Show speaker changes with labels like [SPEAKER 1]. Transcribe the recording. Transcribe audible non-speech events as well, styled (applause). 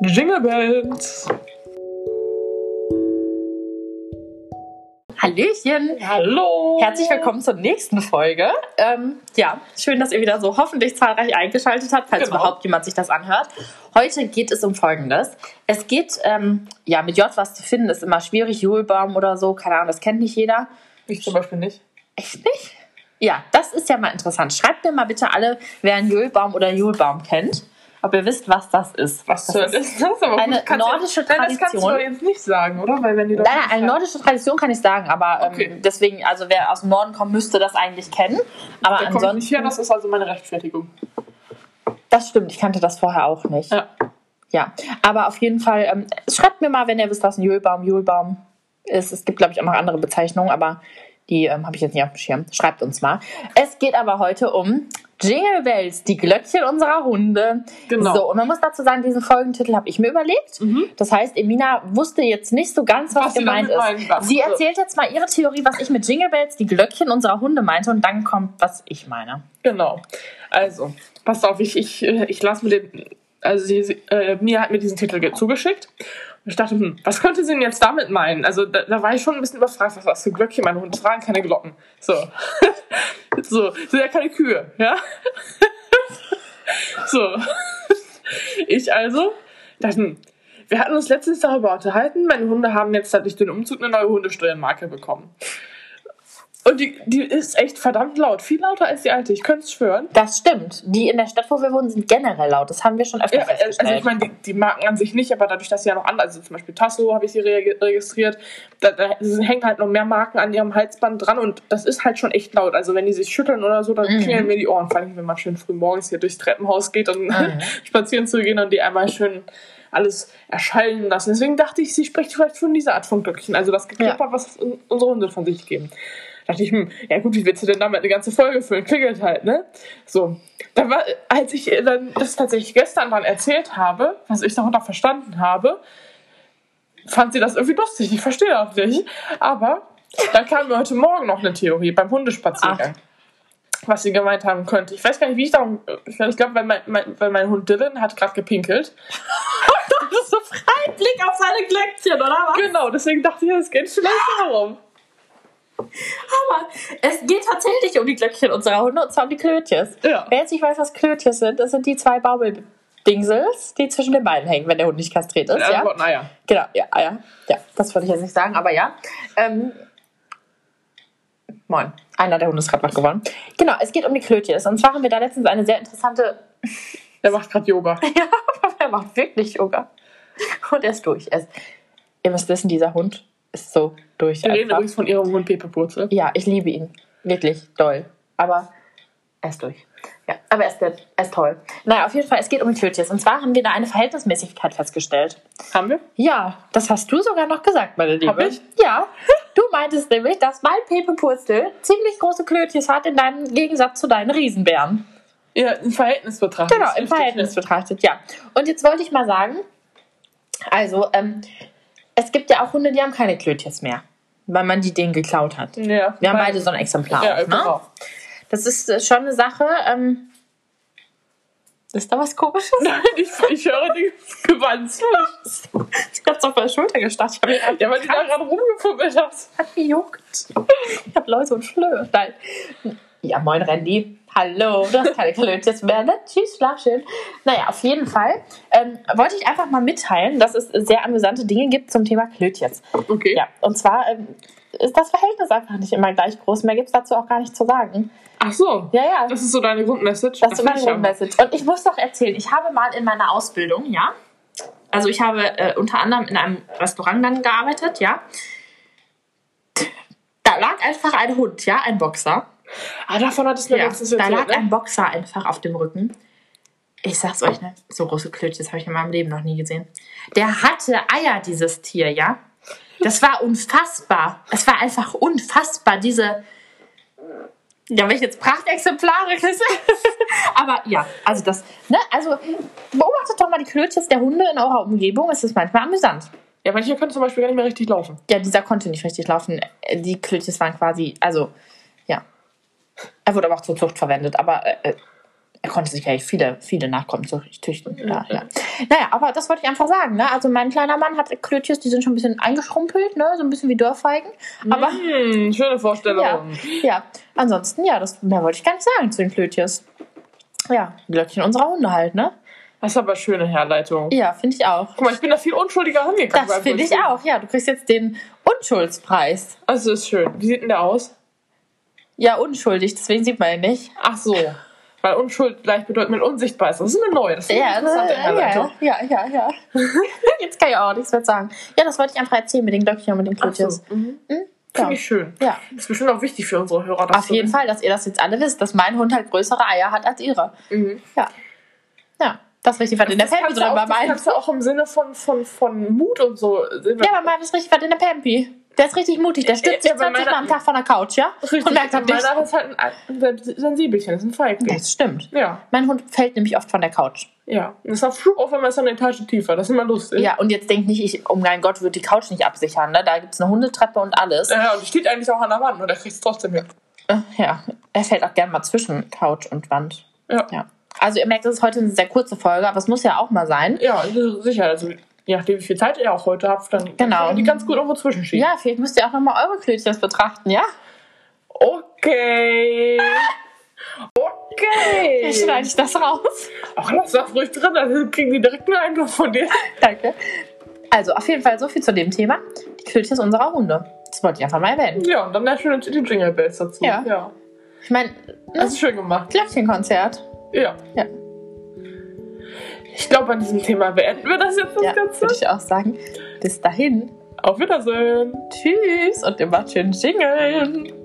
[SPEAKER 1] Jingle Bells!
[SPEAKER 2] Hallöchen!
[SPEAKER 1] Hallo!
[SPEAKER 2] Herzlich willkommen zur nächsten Folge. Ähm, ja, schön, dass ihr wieder so hoffentlich zahlreich eingeschaltet habt, falls
[SPEAKER 1] Genau.
[SPEAKER 2] überhaupt jemand sich das anhört. Heute geht es um Folgendes. Es geht, ähm, ja, mit J was zu finden ist immer schwierig. Julbaum oder so, keine Ahnung, das kennt nicht jeder.
[SPEAKER 1] Ich zum Beispiel nicht.
[SPEAKER 2] Echt nicht? Ja, das ist ja mal interessant. Schreibt mir mal bitte alle, wer einen Julbaum oder Julbaum kennt, ob ihr wisst, was das ist.
[SPEAKER 1] Was
[SPEAKER 2] das
[SPEAKER 1] zur
[SPEAKER 2] ist.
[SPEAKER 1] ist das? Aber
[SPEAKER 2] eine
[SPEAKER 1] gut, kannst du-
[SPEAKER 2] nordische
[SPEAKER 1] Nein, das kannst du
[SPEAKER 2] Tradition.
[SPEAKER 1] doch jetzt nicht sagen, oder? Weil wenn die
[SPEAKER 2] Nein, nein, eine nordische Tradition kann ich sagen, aber ähm,
[SPEAKER 1] Okay.
[SPEAKER 2] deswegen, also wer aus dem Norden kommt, müsste das eigentlich kennen.
[SPEAKER 1] Da komme
[SPEAKER 2] Aber
[SPEAKER 1] ich nicht
[SPEAKER 2] ansonsten,
[SPEAKER 1] her, das ist also meine Rechtfertigung.
[SPEAKER 2] das stimmt, ich kannte das vorher auch nicht.
[SPEAKER 1] Ja.
[SPEAKER 2] Ja, aber auf jeden Fall, ähm, schreibt mir mal, wenn ihr wisst, was ein Julbaum, Julbaum ist. Es gibt, glaube ich, auch noch andere Bezeichnungen, aber die ähm, habe ich jetzt nicht auf dem Schirm. Schreibt uns mal. Es geht aber heute um Jingle Bells, die Glöckchen unserer Hunde.
[SPEAKER 1] Genau. Mhm.
[SPEAKER 2] So, und man muss dazu sagen, diesen Folgentitel habe ich mir überlegt. Das heißt, Emina wusste jetzt nicht so ganz, was,
[SPEAKER 1] Was sie
[SPEAKER 2] gemeint
[SPEAKER 1] damit
[SPEAKER 2] ist.
[SPEAKER 1] meint, was-
[SPEAKER 2] Sie erzählt jetzt mal ihre Theorie, was ich mit Jingle Bells, die Glöckchen unserer Hunde meinte, und dann kommt, was ich meine.
[SPEAKER 1] Genau. Also, passt auf, ich, ich, äh, ich las mir den. Also, sie, sie- äh, Mia hat mir diesen Titel ge- zugeschickt. Und ich dachte, hm, was könnte sie denn jetzt damit meinen? Also, da, da war ich schon ein bisschen überfragt, was, was für Glöckchen meine Hunde tragen, keine Glocken. So. (laughs) so, sind ja keine Kühe, ja? (laughs) so. (laughs) Ich also dachte, hm, wir hatten uns letztens darüber unterhalten, meine Hunde haben jetzt halt durch den Umzug eine neue Hundesteuermarke bekommen. Und die, die ist echt verdammt laut. Viel lauter als die alte, ich könnte es schwören.
[SPEAKER 2] Das stimmt. Die in der Stadt, wo wir wohnen, sind generell laut. Das haben wir schon öfter
[SPEAKER 1] Ja,
[SPEAKER 2] festgestellt.
[SPEAKER 1] also ich meine, die, die Marken an sich nicht, aber dadurch, dass sie ja noch andere, also zum Beispiel Tasso habe ich sie re registriert, da, da hängen halt noch mehr Marken an ihrem Halsband dran und das ist halt schon echt laut. Also wenn die sich schütteln oder so, dann
[SPEAKER 2] Mhm.
[SPEAKER 1] klingeln mir die Ohren, vor allem wenn man schön früh morgens hier durchs Treppenhaus geht und
[SPEAKER 2] Ah,
[SPEAKER 1] (laughs) spazieren zu gehen und die einmal schön alles erschallen lassen. Deswegen dachte ich, sie spricht vielleicht von dieser Art von Glöckchen, also das Geklapper, was un- unsere Hunde von sich geben. Dachte ich, hm, ja gut, wie willst du denn damit eine ganze Folge füllen? Klingelt halt, ne? So. Da war, als ich ihr dann das tatsächlich gestern dann erzählt habe, was ich darunter verstanden habe, fand sie das irgendwie lustig. Ich verstehe das nicht. Aber dann kam mir heute Morgen noch eine Theorie beim Hundespaziergang. Was sie gemeint haben könnte. Ich weiß gar nicht, wie ich darum. Ich glaube, weil mein, mein, weil mein Hund Dylan hat gerade gepinkelt.
[SPEAKER 2] Das ist so frei Blick auf seine Glöckchen, oder was?
[SPEAKER 1] Genau, deswegen dachte ich, es geht vielleicht darum.
[SPEAKER 2] Es geht tatsächlich um die Glöckchen unserer Hunde und zwar um die Klötjes.
[SPEAKER 1] Ja.
[SPEAKER 2] Wer jetzt nicht weiß, was Klötjes sind, das sind die zwei Baubeldingsels, die zwischen den Beinen hängen, wenn der Hund nicht kastriert ist. Ja?
[SPEAKER 1] Antwort, naja.
[SPEAKER 2] Genau, ja, ah, ja. Ja, das wollte ich jetzt nicht sagen, aber ja. Ähm, moin. Einer der Hunde ist gerade wach geworden. Genau, es geht um die Klötjes. Und zwar haben wir da letztens eine sehr interessante
[SPEAKER 1] Der macht gerade Yoga.
[SPEAKER 2] (laughs) Er macht wirklich Yoga. Und er ist durch. Er ist, ihr müsst wissen, dieser Hund ist so durch.
[SPEAKER 1] Wir reden
[SPEAKER 2] Einfach.
[SPEAKER 1] übrigens von ihrem Hund Pepe Purzel.
[SPEAKER 2] Ja, ich liebe ihn. Wirklich doll. Aber er ist durch. Ja, aber er ist, nett. er ist toll. Naja, auf jeden Fall, es geht um die Klötjes. Und zwar haben wir da eine Verhältnismäßigkeit festgestellt.
[SPEAKER 1] Haben wir?
[SPEAKER 2] Ja, das hast du sogar noch gesagt, meine Liebe.
[SPEAKER 1] Hab ich?
[SPEAKER 2] Ja. (laughs) Du meintest nämlich, dass mein Pepe Purzel ziemlich große Klötjes hat in deinem Gegensatz zu deinen Riesenbären.
[SPEAKER 1] Ja, im Verhältnis betrachtet.
[SPEAKER 2] Genau,
[SPEAKER 1] Das
[SPEAKER 2] im
[SPEAKER 1] hilft
[SPEAKER 2] Verhältnis
[SPEAKER 1] dir.
[SPEAKER 2] betrachtet, ja. Und jetzt wollte ich mal sagen, also, ähm, es gibt ja auch Hunde, die haben keine Klötjes mehr, weil man die denen geklaut hat.
[SPEAKER 1] Ja,
[SPEAKER 2] Wir haben
[SPEAKER 1] weil-
[SPEAKER 2] beide so ein Exemplar.
[SPEAKER 1] Ja,
[SPEAKER 2] auch, ne?
[SPEAKER 1] genau. (laughs)
[SPEAKER 2] Das ist äh, schon eine Sache. Ähm, ist da was (laughs) Komisches?
[SPEAKER 1] Nein, ich, ich höre den Gewanz.
[SPEAKER 2] Ich hab's auf der Schulter gestacht. Ich hab mich
[SPEAKER 1] Ja, weil du da gerade rumgefummelt hast.
[SPEAKER 2] hat gejuckt. (laughs) Ich hab Leute und Flöhe. Nein. Ja, moin Randy. Hallo, du hast keine Klötjes mehr. Ne? Tschüss, schlaf schön. Naja, auf jeden Fall ähm, wollte ich einfach mal mitteilen, dass es sehr amüsante Dinge gibt zum Thema Klötjes.
[SPEAKER 1] Okay.
[SPEAKER 2] Ja, und zwar ähm, ist das Verhältnis einfach nicht immer gleich groß. Mehr gibt es dazu auch gar nicht zu sagen.
[SPEAKER 1] Ach so.
[SPEAKER 2] Ja, ja,
[SPEAKER 1] Das ist so deine Grundmessage.
[SPEAKER 2] das ist
[SPEAKER 1] finde
[SPEAKER 2] meine
[SPEAKER 1] ich ja.
[SPEAKER 2] Grundmessage. Und ich muss doch erzählen, ich habe mal in meiner Ausbildung, ja, also ich habe äh, unter anderem in einem Restaurant dann gearbeitet, ja. Da lag einfach ein Hund, ja, ein Boxer.
[SPEAKER 1] Ah, davon hattest du mir
[SPEAKER 2] Ja,
[SPEAKER 1] letztens
[SPEAKER 2] da lag
[SPEAKER 1] erzählt, ne?
[SPEAKER 2] ein Boxer einfach auf dem Rücken. Ich sag's euch, ne? So große Klötjes habe ich in meinem Leben noch nie gesehen. Der hatte Eier, dieses Tier, ja? Das war unfassbar. Es war einfach unfassbar, diese. Ja, wenn ich jetzt Prachtexemplare küsse. (laughs) Aber ja, also das. Ne? Also beobachtet doch mal die Klötjes der Hunde in eurer Umgebung. Es ist manchmal amüsant.
[SPEAKER 1] Ja, manche können zum Beispiel gar nicht mehr richtig laufen.
[SPEAKER 2] Ja, dieser konnte nicht richtig laufen. Äh, Die Klötjes waren quasi, also, ja. Er wurde aber auch zur Zucht verwendet, aber äh, äh, er konnte sich eigentlich viele, viele Nachkommen züchten. Ja, ja. Naja, aber das wollte ich einfach sagen. Ne? Also mein kleiner Mann hat Klötjes, die sind schon ein bisschen eingeschrumpelt, ne? so ein bisschen wie Dörrfeigen. Aber
[SPEAKER 1] Hm, schöne Vorstellung.
[SPEAKER 2] ja, ja, ansonsten, ja, das mehr wollte ich gar nicht sagen zu den Klötjes. Ja, Glöckchen unserer Hunde halt, ne?
[SPEAKER 1] Das ist aber eine schöne Herleitung.
[SPEAKER 2] Ja, finde ich auch.
[SPEAKER 1] Guck mal, ich bin da viel unschuldiger rangegangen.
[SPEAKER 2] Das
[SPEAKER 1] beim
[SPEAKER 2] finde ich
[SPEAKER 1] Durchgehen.
[SPEAKER 2] auch, ja. Du kriegst jetzt den Unschuldspreis.
[SPEAKER 1] Also ist schön. Wie sieht denn der aus?
[SPEAKER 2] Ja, unschuldig, deswegen sieht man ihn nicht.
[SPEAKER 1] Ach so. Weil Unschuld gleichbedeutend mit unsichtbar ist. Das ist eine neue. ne? Das ist eine
[SPEAKER 2] Ja, das
[SPEAKER 1] interessante Herleitung.
[SPEAKER 2] ja, ja, ja, ja. (laughs) Jetzt kann ich auch nichts mehr sagen. Ja, das wollte ich einfach erzählen mit den Glöckchen und mit den
[SPEAKER 1] Ach so.
[SPEAKER 2] Klötjes.
[SPEAKER 1] Mhm.
[SPEAKER 2] Hm?
[SPEAKER 1] Finde ich schön.
[SPEAKER 2] Ja.
[SPEAKER 1] Ist bestimmt auch wichtig für unsere Hörer.
[SPEAKER 2] Auf jeden Fall, dass ihr das jetzt alle wisst, dass mein Hund halt größere Eier hat als ihre.
[SPEAKER 1] Fall. Mhm.
[SPEAKER 2] Ja. Ja, das ist richtig verdient. Der
[SPEAKER 1] Das,
[SPEAKER 2] Pampi
[SPEAKER 1] kannst du
[SPEAKER 2] drin bei
[SPEAKER 1] auch, das
[SPEAKER 2] meinem.
[SPEAKER 1] kannst du auch im Sinne von, von, von Mut und so.
[SPEAKER 2] Ja, bei meinem ist richtig verdient der Pampi. Der ist richtig mutig. Der stützt
[SPEAKER 1] Ja,
[SPEAKER 2] sich
[SPEAKER 1] ja, Äh, bei
[SPEAKER 2] 20 Mal
[SPEAKER 1] meiner-
[SPEAKER 2] am Tag von der Couch, ja? Und merkt halt nichts.
[SPEAKER 1] Meiner ist halt ein, ein, ein Sensibelchen, ist ein Feigling.
[SPEAKER 2] Das stimmt.
[SPEAKER 1] Ja,
[SPEAKER 2] Mein Hund fällt nämlich oft von der Couch.
[SPEAKER 1] ja. Und ist auf Flug auf einmal ist er eine Etage tiefer. Das ist immer lustig.
[SPEAKER 2] Ja, und jetzt denkt nicht, ich, oh mein Gott, wird die Couch nicht absichern. Ne? Da gibt es eine Hundetreppe und alles.
[SPEAKER 1] Ja, und die steht eigentlich auch an der Wand und er kriegt es trotzdem hin.
[SPEAKER 2] Äh, Ja, er fällt auch gern mal zwischen Couch und Wand.
[SPEAKER 1] Ja.
[SPEAKER 2] ja. Also ihr merkt, das ist heute eine sehr kurze Folge, aber es muss ja auch mal sein.
[SPEAKER 1] Ja, sicher. Also, je nachdem, wie viel Zeit ihr auch heute habt, dann
[SPEAKER 2] Genau.
[SPEAKER 1] kann man die ganz gut irgendwo zwischenschieben.
[SPEAKER 2] Ja, vielleicht müsst ihr auch nochmal eure Klötchen betrachten, ja?
[SPEAKER 1] Okay.
[SPEAKER 2] (laughs)
[SPEAKER 1] Okay.
[SPEAKER 2] Wie schneide ich das raus? (laughs)
[SPEAKER 1] Ach, lass das ruhig drin, dann kriegen die direkt einen Eindruck von dir.
[SPEAKER 2] Danke. Also auf jeden Fall so viel zu dem Thema. Die Klötchen unserer Hunde. Das wollte ich einfach mal erwähnen.
[SPEAKER 1] Ja, und dann der schöne die Jingle Bells dazu.
[SPEAKER 2] Ja.
[SPEAKER 1] ja.
[SPEAKER 2] Ich meine,
[SPEAKER 1] Das
[SPEAKER 2] das
[SPEAKER 1] ist schön gemacht.
[SPEAKER 2] Glöckchenkonzert.
[SPEAKER 1] Ja.
[SPEAKER 2] Ja.
[SPEAKER 1] Ich glaube, an diesem Thema beenden wir das jetzt das
[SPEAKER 2] Ja,
[SPEAKER 1] Ganze.
[SPEAKER 2] würde ich auch sagen. Bis dahin.
[SPEAKER 1] Auf Wiedersehen.
[SPEAKER 2] Tschüss und ihr macht schön Jingeln.